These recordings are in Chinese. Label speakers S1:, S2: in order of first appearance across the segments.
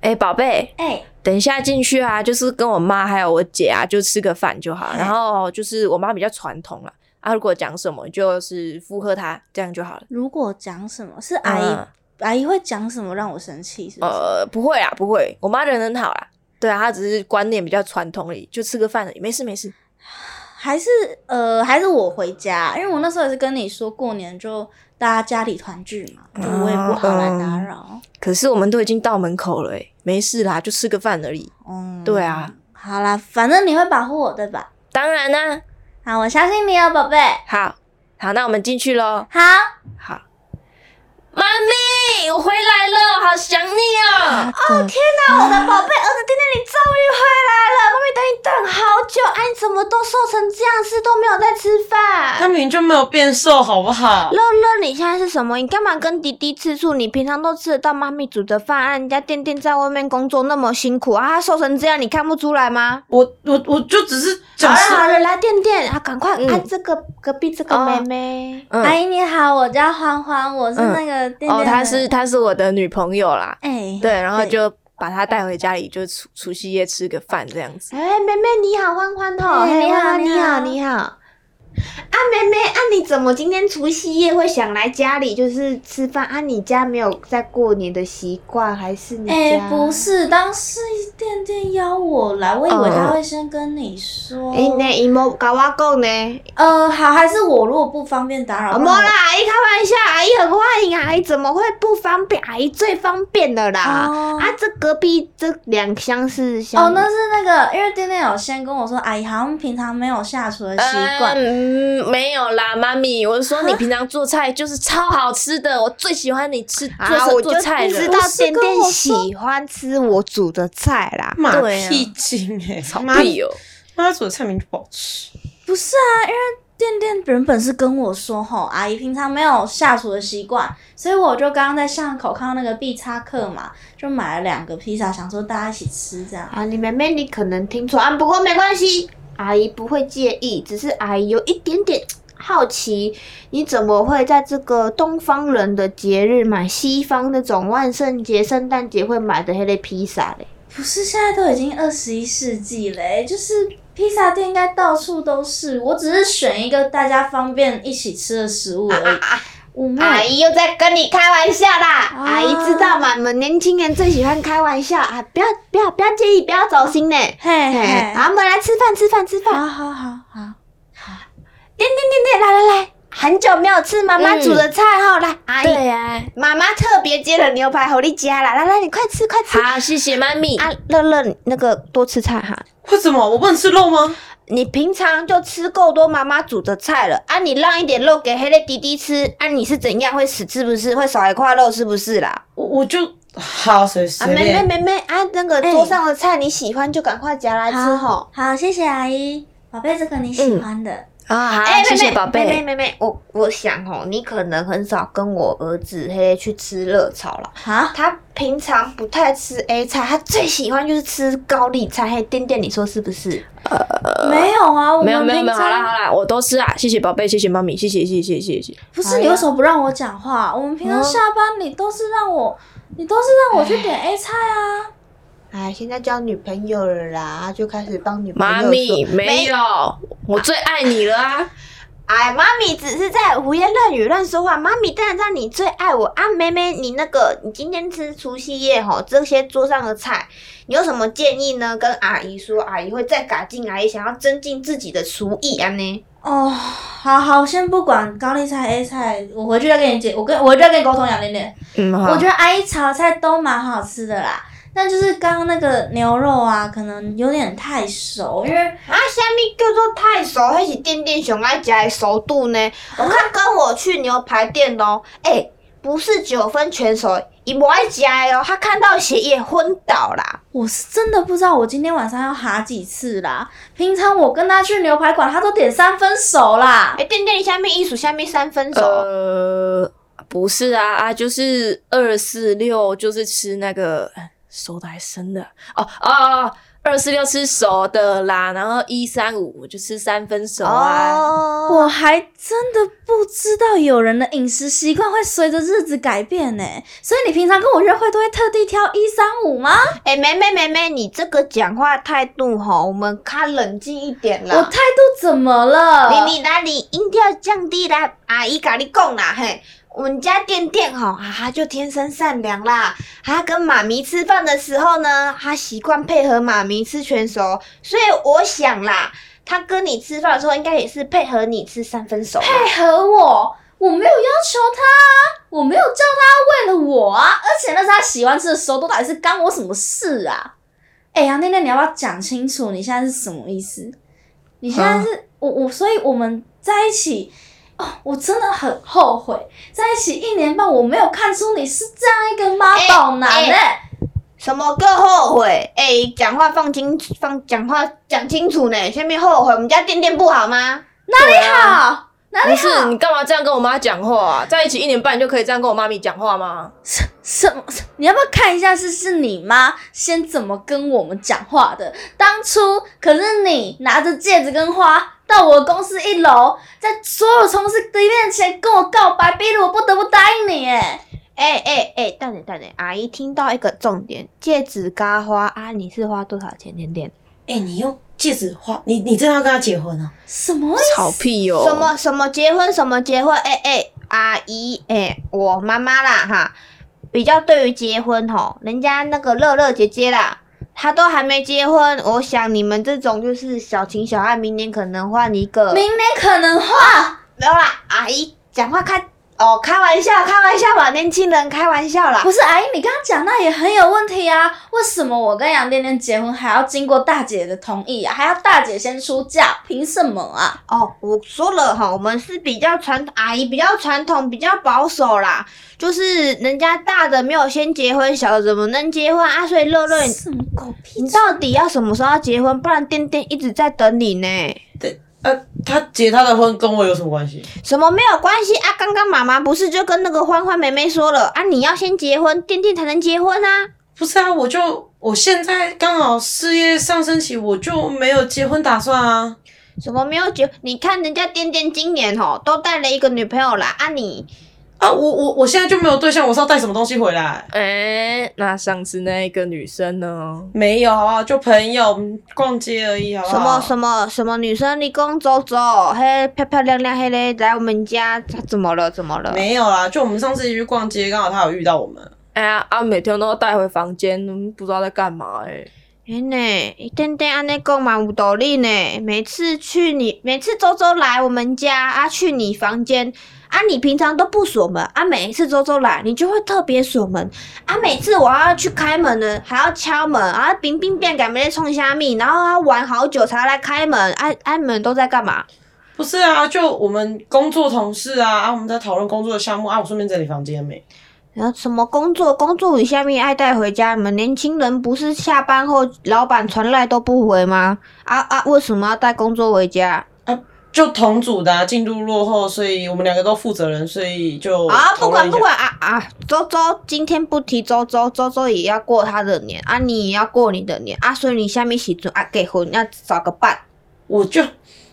S1: 哎、宝贝，
S2: 哎、
S1: 等一下进去啊，就是跟我妈还有我姐啊，就吃个饭就好。
S2: 嗯
S1: 然后就是我妈比较传统啦，啊，如果讲什么就是附和她，这样就好了。
S2: 如果讲什么是阿姨，
S1: 嗯
S2: 阿姨会讲什么让我生气？是不是？
S1: 呃，不会啊，不会，我妈人很好啦。对啊，她只是观念比较传统而已，就吃个饭而已，没事没事。
S2: 还是呃，还是我回家，因为我那时候也是跟你说过年就大家家里团聚嘛，就我也不好来打扰。
S1: 可是我们都已经到门口了、欸，没事啦，就吃个饭而已。
S2: 嗯，
S1: 对啊，
S2: 好啦，反正你会保护我对吧？
S1: 当然啦、
S2: 好，我相信你哦，宝贝。
S1: 好好，那我们进去喽。
S2: 好，
S1: 好，妈咪，我回来了，好想你哦。
S2: 哦天哪，我的 宝贝儿子丁丁，你终于回来了！妈咪等你等好久，哎、你怎么都瘦成这样，是都没有在吃饭？
S3: 他明明就没有变瘦，好不好？
S2: 乐乐，你现在是什么？你干嘛跟弟弟吃醋？你平常都吃得到妈咪煮的饭，啊，人家店店在外面工作那么辛苦啊，他瘦成这样，你看不出来吗？
S3: 我我我就只是
S2: 好
S3: 讲
S2: 了
S3: 是
S2: 好了，来店店啊，赶快
S1: 嗯
S2: 看这个隔壁这个
S1: 哦
S2: 妹妹。
S1: 嗯
S2: 阿姨哎你好，我叫欢欢，我是
S1: 嗯
S2: 那个店店、
S1: 哦，她是她是我的女朋友啦，
S2: 哎、
S1: 对，然后就把她带回家里，就除除夕夜吃个饭这样子。
S2: 哎、妹妹你好，欢欢哦，
S4: 哎
S2: 嘿
S4: 你好，
S2: 欢欢
S4: 你好，
S2: 好
S4: 你好。啊，妹妹，啊，你怎么今天除夕夜会想来家里，就是吃饭？啊，你家没有在过年的习惯，还是你家？
S2: 哎、不是，当时店店邀我来，我以为他会先跟你说。
S4: 哎，那姨妈搞我讲呢？
S2: 呃，好，还是我如果不方便打扰，
S4: 啊，
S2: 不
S4: 没
S2: 然我
S4: 啦，阿姨开玩笑，阿姨很欢迎，阿姨怎么会不方便？阿姨最方便的啦。
S2: 哦
S4: 啊，这隔壁这两箱是
S2: 哦，
S4: 箱
S2: 那是那个，因为店店有先跟我说，阿姨好像平常没有下厨的习惯。
S1: 嗯，没有啦，妈咪，我说你平常做菜就是超好吃的，我最喜欢你吃做
S4: 啊，我就
S1: 做菜
S4: 不
S1: 了
S4: 知道
S2: 不是
S4: 店
S2: 跟
S4: 店
S2: 我说
S4: 喜欢吃我煮的菜啦。
S3: 马
S1: 对啊
S3: 屁精哎、欸，妈
S1: 屁哦，
S3: 妈煮的菜名就不好吃，
S2: 不是啊，因为店店原本是跟我说，吼，阿姨平常没有下厨的习惯，所以我就刚刚在巷口看到那个必叉客嘛，就买了两个披萨，想说大家一起吃这样。
S4: 啊，你妹妹你可能听错啊，不过没关系，阿姨不会介意，只是阿姨有一点点好奇，你怎么会在这个东方人的节日买西方那种万圣节、圣诞节会买的黑类披萨嘞？
S2: 不是，现在都已经二十一世纪了、欸，就是披萨店应该到处都是，我只是选一个大家方便一起吃的食物而已。
S1: 啊
S2: 我没有
S4: 阿姨又在跟你开玩笑啦！
S2: 啊
S4: 阿姨知道嘛，我们年轻人最喜欢开玩笑啊，不要不要不要介意，不要走心嘞。
S2: 嘿嘿，
S4: 哎，好，我们来吃饭，吃饭，吃饭。
S2: 好好好好。
S4: 点点点点，来来来，很久没有吃妈妈煮的菜哈、
S2: 嗯
S4: 来，阿姨
S1: 对呀、
S4: 妈妈特别煎了牛排，好力加啦！来来，你快吃，快吃！
S1: 好，谢谢妈咪。
S4: 啊，乐乐，你那个多吃菜哈。
S3: 为什么我不能吃肉吗？
S4: 你平常就吃够多妈妈煮的菜了啊，你让一点肉给黑的弟弟吃啊，你是怎样会死是不是？会少一块肉是不是啦？
S3: 我我就好随随
S4: 啊，妹妹
S3: 便。
S4: 妹妹啊，那个桌上的菜你喜欢就赶快夹来吃吼。
S2: 好，谢谢阿姨，宝贝，这个你喜欢的。
S1: 啊，好，
S4: 哎，妹
S1: 谢
S4: 妹
S1: 谢宝贝。
S4: 妹妹妹妹，我我想哦，你可能很少跟我儿子黑去吃热炒啦。
S2: 好，
S4: 他平常不太吃 A 菜，他最喜欢就是吃高丽菜。嘿，店店，你说是不是？
S2: 没有啊，我
S1: 呃没有
S2: 们
S1: 没有
S2: 平
S1: 没有，好啦
S2: 常
S1: 好啦，我都吃啦，谢谢宝贝，谢谢妈咪，谢谢谢谢谢谢。
S2: 不是你为什么不让我讲话？我们平常
S4: 嗯
S2: 下班你都是让我，你都是让我去点 A 菜啊。
S4: 哎，现在交女朋友了啦，就开始帮女朋友
S1: 妈
S4: 说
S1: 咪没有，我最爱你了啊！
S4: 哎，妈咪只是在胡言乱语乱说话。妈咪当然知道你最爱我啊，妹妹，你那个你今天吃除夕夜吼，这些桌上的菜，你有什么建议呢？跟阿姨说，阿姨会再改进，阿姨想要增进自己的厨艺啊呢。
S2: 哦，好好，我先不管高丽菜 A 菜，我回去再跟你解，我跟我回去再跟你沟通两点点。
S1: 嗯，好
S2: 我觉得阿姨炒菜都蛮好吃的啦。但就是刚刚那个牛肉啊，可能有点太熟，因为
S4: 啊，虾米叫做太熟，还是店店熊爱加的熟度呢？我看跟我去牛排店哦，哎、不是九分全熟，伊不爱加哦，他看到血液昏倒啦。
S2: 我是真的不知道我今天晚上要哈几次啦。平常我跟他去牛排馆，他都点三分熟啦
S4: 哎、。店店下面一数下面三分熟，
S1: 呃，不是啊啊，就是二四六，就是吃那个熟的还是生的？哦哦，二四六吃熟的啦，然后一三五我就吃三分熟啊。
S4: 哦，
S2: 我还真的不知道有人的饮食习惯会随着日子改变呢，所以你平常跟我约会都会特地挑一三五吗？
S4: 哎、妹妹妹妹，你这个讲话态度吼，我们看冷静一点
S2: 我
S4: 啦。
S2: 态度怎么了？
S4: 你你来，你音调降低啦，阿姨咖你讲啦嘿。我们家店店吼，啊，他就天生善良啦。他跟妈咪吃饭的时候呢，他习惯配合妈咪吃全熟，所以我想啦，他跟你吃饭的时候，应该也是配合你吃三分熟吧。
S2: 配合我，我没有要求他啊，我没有叫他为了我啊，而且那是他喜欢吃的熟豆，到底是干我什么事啊？哎、杨念念，你要不要讲清楚你现在是什么意思？你现在
S4: 嗯
S2: 是、我我，所以我们在一起。哦，我真的很后悔，在一起一年半，我没有看出你是这样一个妈宝男
S4: 哎
S2: 哎、
S4: 什么个后悔？哎、讲话放清放讲话讲清楚呢，下面后悔我们家店店不好吗？
S2: 好，
S1: 不是你干嘛这样跟我妈讲话、啊？在一起一年半你就可以这样跟我妈咪讲话吗？
S2: 什什么？你要不要看一下是是你妈先怎么跟我们讲话的？当初可是你拿着戒指跟花到我公司一楼，在所有同事的面前跟我告白，逼得我不得不答应你。哎，
S4: 哎哎哎，等等等等，阿姨听到一个重点，戒指嘎花啊，你是花多少钱？点点
S3: 哎、你用戒指花，你你真的要跟他结婚啊？
S2: 什么意思？
S1: 吵屁哦哟、
S4: 什么什么结婚什么结婚？哎、哎、阿姨哎、我妈妈啦哈，比较对于结婚吼，人家那个乐乐姐姐啦。她都还没结婚，我想你们这种就是小情小爱，明年可能换一个。
S2: 明年可能换，
S4: 没有啦，阿姨讲话开哦，开玩笑，开玩笑吧，年轻人开玩笑啦
S2: 不。是阿姨，你刚刚讲那也很有问题啊！为什么我跟杨恋恋结婚还要经过大姐的同意啊？还要大姐先出嫁？凭什么啊？
S4: 哦，我说了哈，我们是比较传阿姨比较传统，比较保守啦，就是人家大的没有先结婚，小的怎么能结婚啊？所以乐乐，你
S2: 什么狗屁
S4: 你！到底要什么时候要结婚？不然店店一直在等你呢。
S3: 呃，他结他的婚跟我有什么关系？
S4: 什么没有关系啊？刚刚妈妈不是就跟那个欢欢妹妹说了啊？你要先结婚，店店才能结婚啊。
S3: 不是啊，我就我现在刚好事业上升期，我就没有结婚打算啊。
S4: 什么没有结？你看人家店店今年吼都带了一个女朋友啦啊你！
S3: 啊，我我我现在就没有对象，我是要带什么东西回来？
S1: 哎、那上次那一个女生呢？
S3: 没有，好不好？就朋友嗯逛街而已，好不好？
S4: 什么什么什么女生，你跟走走，嘿，漂漂亮亮，嘿嘞，来我们家，她怎么了？怎么了？
S3: 没有啦，就我们上次一起去逛街，刚好他有遇到我们。
S1: 哎呀啊，每天都带回房间，嗯不知道在干嘛哎、
S4: 哎呢，一点点安尼讲嘛有道理呢。每次去你，每次周周来我们家啊，去你房间啊，你平常都不锁门啊，每一次周周来你就会特别锁门啊，每次我要去开门呢，还要敲门啊，冰冰变改没冲虾米，然后要啊玩好久才来开门，啊啊，你们都在干嘛？
S3: 不是啊，就我们工作同事啊，啊，我们在讨论工作的项目啊，我顺便整理房间没？
S4: 然后什么工作？工作以下面爱带回家？你们年轻人不是下班后老板传来都不回吗？啊啊，为什么要带工作回家？
S3: 就同组的、啊、进度落后，所以我们两个都负责人，所以就
S4: 啊，
S3: 讨
S4: 不
S3: 论
S4: 管
S3: 一下
S4: 不，管啊啊！周周今天不提周周，周周也要过他的年啊，你也要过你的年啊，所以你下面喜准啊，结婚要找个伴
S3: 我就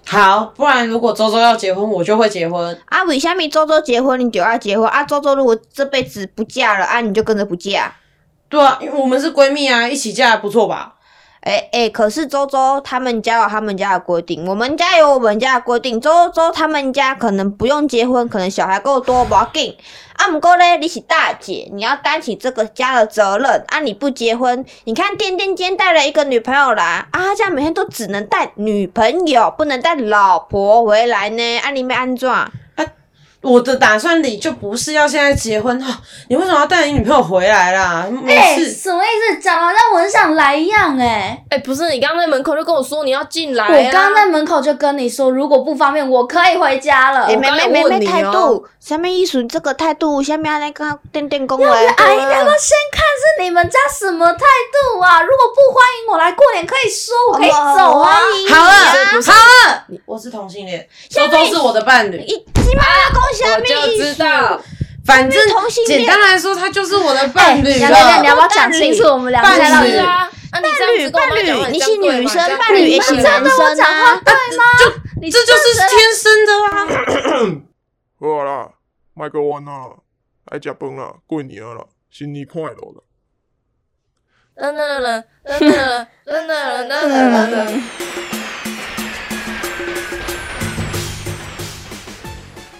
S3: 好，不然如果周周要结婚，我就会结婚。
S4: 啊。为下面周周结婚，你就要结婚啊。周周如果这辈子不嫁了啊，你就跟着不嫁。
S3: 对啊，因为我们是闺蜜啊，一起嫁不错吧？
S4: 哎、哎、可是周周他们家有他们家的规定，我们家有我们家的规定。周周他们家可能不用结婚，可能小孩够多，不要紧。啊，不过嘞，你是大姐，你要担起这个家的责任。啊，你不结婚，你看店店今天带了一个女朋友来，啊，他这样每天都只能带女朋友，不能带老婆回来呢。啊，你没安怎？
S3: 我的打算里就不是要现在结婚哈、你为什么要带你女朋友回来啦？没
S2: 哎、
S3: 事，
S2: 什么意思？讲得好像我很想来一样哎、
S1: 哎、不是你刚在门口就跟我说你要进来、啊，
S2: 我刚在门口就跟你说，如果不方便，我可以回家了。
S4: 哎、妹
S1: 刚
S4: 妹
S1: 有
S4: 妹
S1: 问
S4: 妹
S1: 你
S4: 态
S1: 哦
S4: 度，下面艺术这个态度，下面那个店店恭维。
S2: 阿姨，哎
S4: 啊
S2: 要不要先看是你们家什么态度啊？如果不欢迎我来过年，可以说我可以走啊。
S4: 好了
S1: 所以不是
S3: 我是同性恋，周周是我的伴侣。
S4: 一起码要攻下
S1: 我
S4: 面
S1: 就
S4: 一
S1: 知道，
S3: 反正
S4: 同性恋
S3: 简单来说，他就是我的伴侣啊
S2: 杨亮亮，你要
S3: 了。
S2: 不要讲清楚？我们两个现在到
S3: 伴
S2: 底
S3: 侣
S1: 是啊，那你这样子跟我妈
S4: 伴侣
S1: 讲话，这
S4: 你
S1: 样
S4: 是
S1: 对
S4: 女
S1: 吗
S4: 生
S1: 这样
S4: 伴侣
S1: 对
S4: 也
S1: 吗
S4: 是
S1: 这
S4: 男
S1: 样
S2: 真的我讲话对吗？
S3: 这就是天生的啊！
S5: 好啊啦，卖个弯啦，来食饭啦，过年啦，新年快乐啦！
S1: 嗯嗯嗯嗯嗯嗯嗯嗯嗯嗯嗯，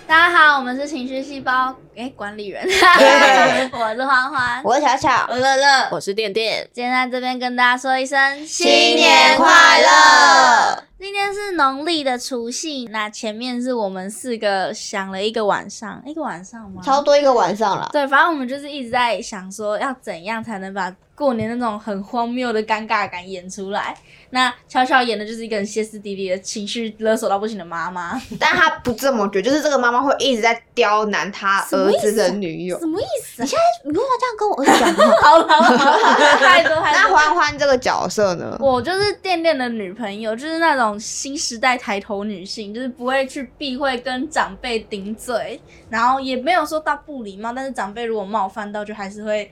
S2: 大家好，我们是情绪细胞哎管理员， 我是欢欢。
S4: 我是巧巧，乐乐，
S1: 我是店店，
S2: 今天在这边跟大家说一声
S4: 新年快乐！
S2: 今天是农历的除夕，那前面是我们四个想了一个晚上，一个晚上吗？
S4: 超多一个晚上了。
S2: 对，反正我们就是一直在想说，要怎样才能把过年那种很荒谬的尴尬感演出来。那巧巧演的就是一个很歇斯底里的情绪勒索到不行的妈妈，
S4: 但他不这么觉得，就是这个妈妈会一直在刁难他儿子的女友。
S2: 什么意思、啊？
S4: 你为什么这样跟我儿子讲话？
S2: 好了好了好了， 太多太
S4: 啊那
S2: 多。
S4: 欢欢这个角色呢？
S2: 我就是店店的女朋友，就是那种新时代抬头女性，就是不会去避讳跟长辈顶嘴，然后也没有说到不礼貌，但是长辈如果冒犯到，就还是会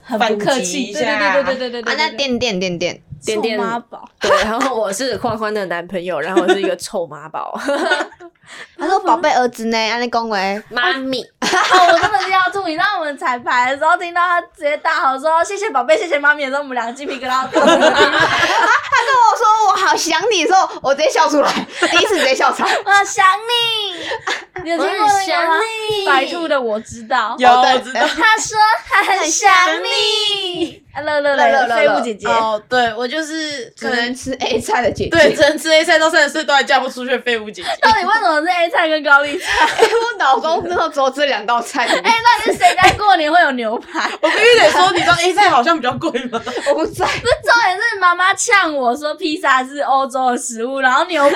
S2: 很不
S3: 反
S2: 客
S3: 击
S2: 气。
S3: 一
S2: 对
S3: 下
S2: 对对对对对对
S4: 啊，那垫垫垫垫，
S2: 对
S1: 店
S2: 对
S1: 店
S2: 臭妈宝，
S1: 对，然后我是欢欢的男朋友，然后我是一个臭妈宝
S4: 他说宝贝儿子呢，安利恭维，
S1: 妈咪，
S2: 哦，我真的是要吐！你知道我们彩排的时候，听到他直接大吼说“谢谢宝贝，谢谢妈咪”的时候，我们两个鸡皮疙瘩都起来。
S4: 他跟我说我好想你的时候，我直接笑出来，第一次直接笑出来。
S2: 我想你，你有听过那个吗？白兔的我知道，
S3: 有
S4: 对
S3: 我知道
S2: 他说他很想你。啊乐乐
S4: 乐乐
S2: 乐
S4: 乐
S2: 乐，飞舞姐姐，
S3: 哦，对我就是可能
S4: 吃 A 菜的姐
S3: 对，只能吃 A 赛到三十岁都还嫁不出去的废物姐姐。
S2: 到底为什么是 A 菜跟高丽菜？
S4: 哎，我老公那时候只有这两道菜，
S2: 哎，到底是谁家过年会有牛排？
S3: 我必须得说，你知道 A 赛好像比较贵吗？
S4: 我不在，
S2: 这重点是妈妈呛我说披萨是欧洲的食物，然后牛排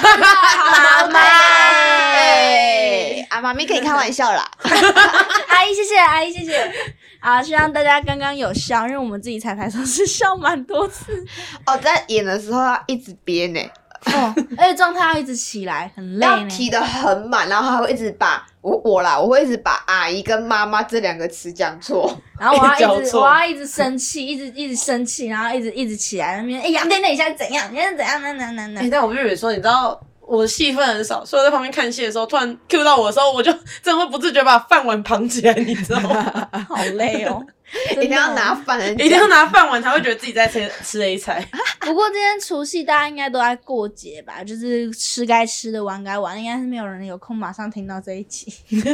S4: 妈
S2: 妈
S4: 妈，
S2: 妈
S4: 哎，啊，妈咪跟你开玩笑啦，
S2: 阿姨谢谢，阿姨谢谢。啊，希望大家刚刚有笑，因为我们自己彩排时候是笑蛮多次，
S4: 哦，在演的时候要一直憋呢，
S2: 哦， 而且状态要一直起来，很累
S4: 要
S2: 呢。
S4: 提的很满，然后还会一直把我我啦，我会一直把阿姨跟妈妈这两个词讲错。
S2: 然后我要一
S3: 一
S2: 直
S3: 直叫错
S2: 我要一直生气，一直一直生气，然后一直一直起来，那边哎杨天天你现在怎样？你现在怎样？那那那
S3: 哎、
S2: 那，
S3: 但我必须得说，你知道我的戏份很少，所以我在旁边看戏的时候，突然 Q 到我的时候，我就真的会不自觉把饭碗捧起来，你知道吗？
S2: 好累 哦， 真的
S4: 一定要拿。饭人
S3: 一定要拿饭碗才会觉得自己在吃吃 A 菜。
S2: 不过今天除夕大家应该都在过节吧，就是吃该吃的，玩该玩，应该是没有人有空马上听到这一集。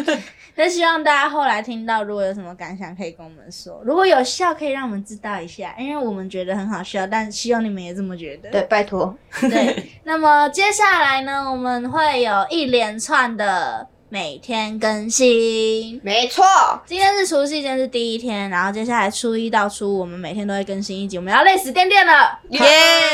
S2: 那希望大家后来听到，如果有什么感想，可以跟我们说。如果有笑，可以让我们知道一下，因为我们觉得很好笑，但希望你们也这么觉得。
S4: 对，拜托，
S2: 对，那么接下来呢，我们会有一连串的每天更新。
S4: 没错，
S2: 今天是除夕，今天是第一天，然后接下来初一到初五，我们每天都会更新一集。我们要累死店店了，
S4: 耶、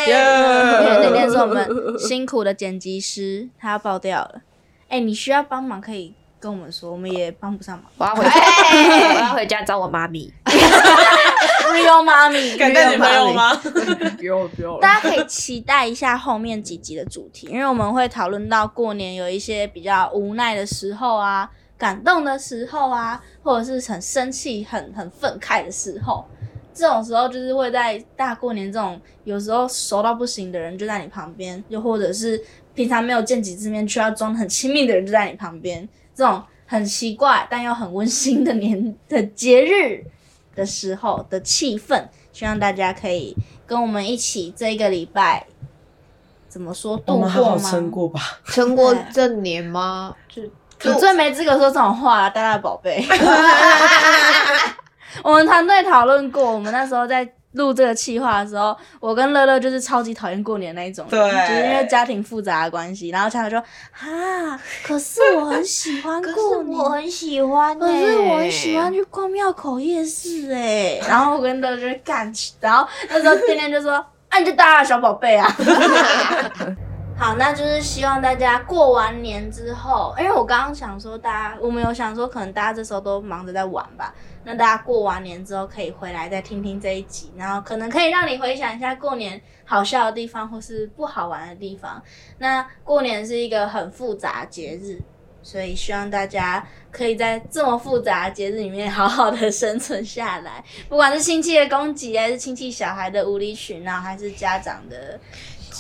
S2: 对，呃那
S3: 耶
S2: 天是我们辛苦的剪辑师，他要爆掉了。哎、你需要帮忙可以跟我们说，我们也帮不上忙。
S1: 我要回家，
S2: 哎
S1: 我要回家找我妈咪，
S2: Real 妈咪，
S3: 敢带女朋友吗？
S1: 不要不要
S2: 大家可以期待一下后面几集的主题，因为我们会讨论到过年有一些比较无奈的时候啊、感动的时候啊，或者是很生气、很很愤慨的时候。这种时候就是会在大过年这种有时候熟到不行的人就在你旁边，又或者是平常没有见几次面却要装得很亲密的人就在你旁边，这种很奇怪但又很温馨的年的节日的时候的气氛，希望大家可以跟我们一起这一个礼拜怎么说度过吗？
S3: 过吧。
S4: 撑过这年吗？就
S2: 你最没资格说这种话了，大大宝 贝。 我们团队讨论过，我们那时候在录这个企划的时候，我跟乐乐就是超级讨厌过年那一种人，
S3: 对
S2: 就是因为家庭复杂的关系。然后强强说：“哈，可是我很喜欢
S4: 可是
S2: 过年，
S4: 我很喜欢、欸，
S2: 可是我很喜欢去逛庙口夜市 哎、然后我跟乐乐就干，然后那时候天天就说：“啊，你就大小宝贝 啊。”好，那就是希望大家过完年之后，因为我刚刚想说，大家我们有想说，可能大家这时候都忙着在玩吧。那大家过完年之后可以回来再听听这一集，然后可能可以让你回想一下过年好笑的地方或是不好玩的地方。那过年是一个很复杂的节日，所以希望大家可以在这么复杂的节日里面好好的生存下来，不管是亲戚的攻击，还是亲戚小孩的无理取闹，还是家长的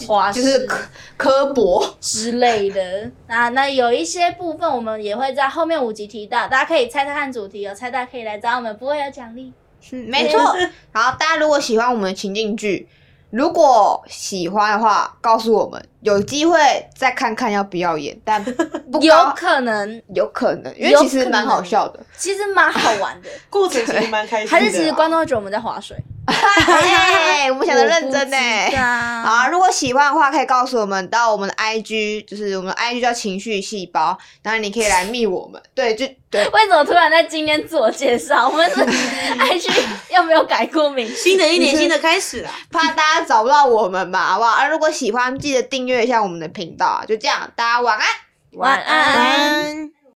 S2: 花式。
S1: 就是刻刻薄，
S2: 之类的。那那有一些部分我们也会在后面五集提到，大家可以猜猜看主题哦，猜到可以来找我们，不会有奖励。
S4: 嗯没错。 好，大家如果喜欢我们的情境剧，如果喜欢的话，告诉我们，有机会再看看要不要演， 但不
S2: 有
S4: 高
S2: 可能，
S4: 有可能，因为
S2: 有
S4: 其实
S2: 可
S4: 蛮好
S2: 能
S4: 笑的。
S2: 其实蛮好玩
S4: 啊
S2: 的，
S3: 过程其实蛮开心的啊。
S2: 还是其实观众会觉得我们在划水。
S4: 哎，我们想的认真呢、
S2: 我不知道
S4: 好啊，如果喜欢的话，可以告诉我们到我们的 IG，就是我们的 IG 叫情绪细胞，然后你可以来密我们。对，就对，
S2: 为什么突然在今天自我介绍？我们是 IG 又没有改过名，
S3: 新的一年新的开始啦。啊
S4: 怕大家找不到我们嘛，好不好？啊，如果喜欢，记得订阅一下我们的频道啊。就这样，大家晚安，
S2: 晚安。
S4: 安。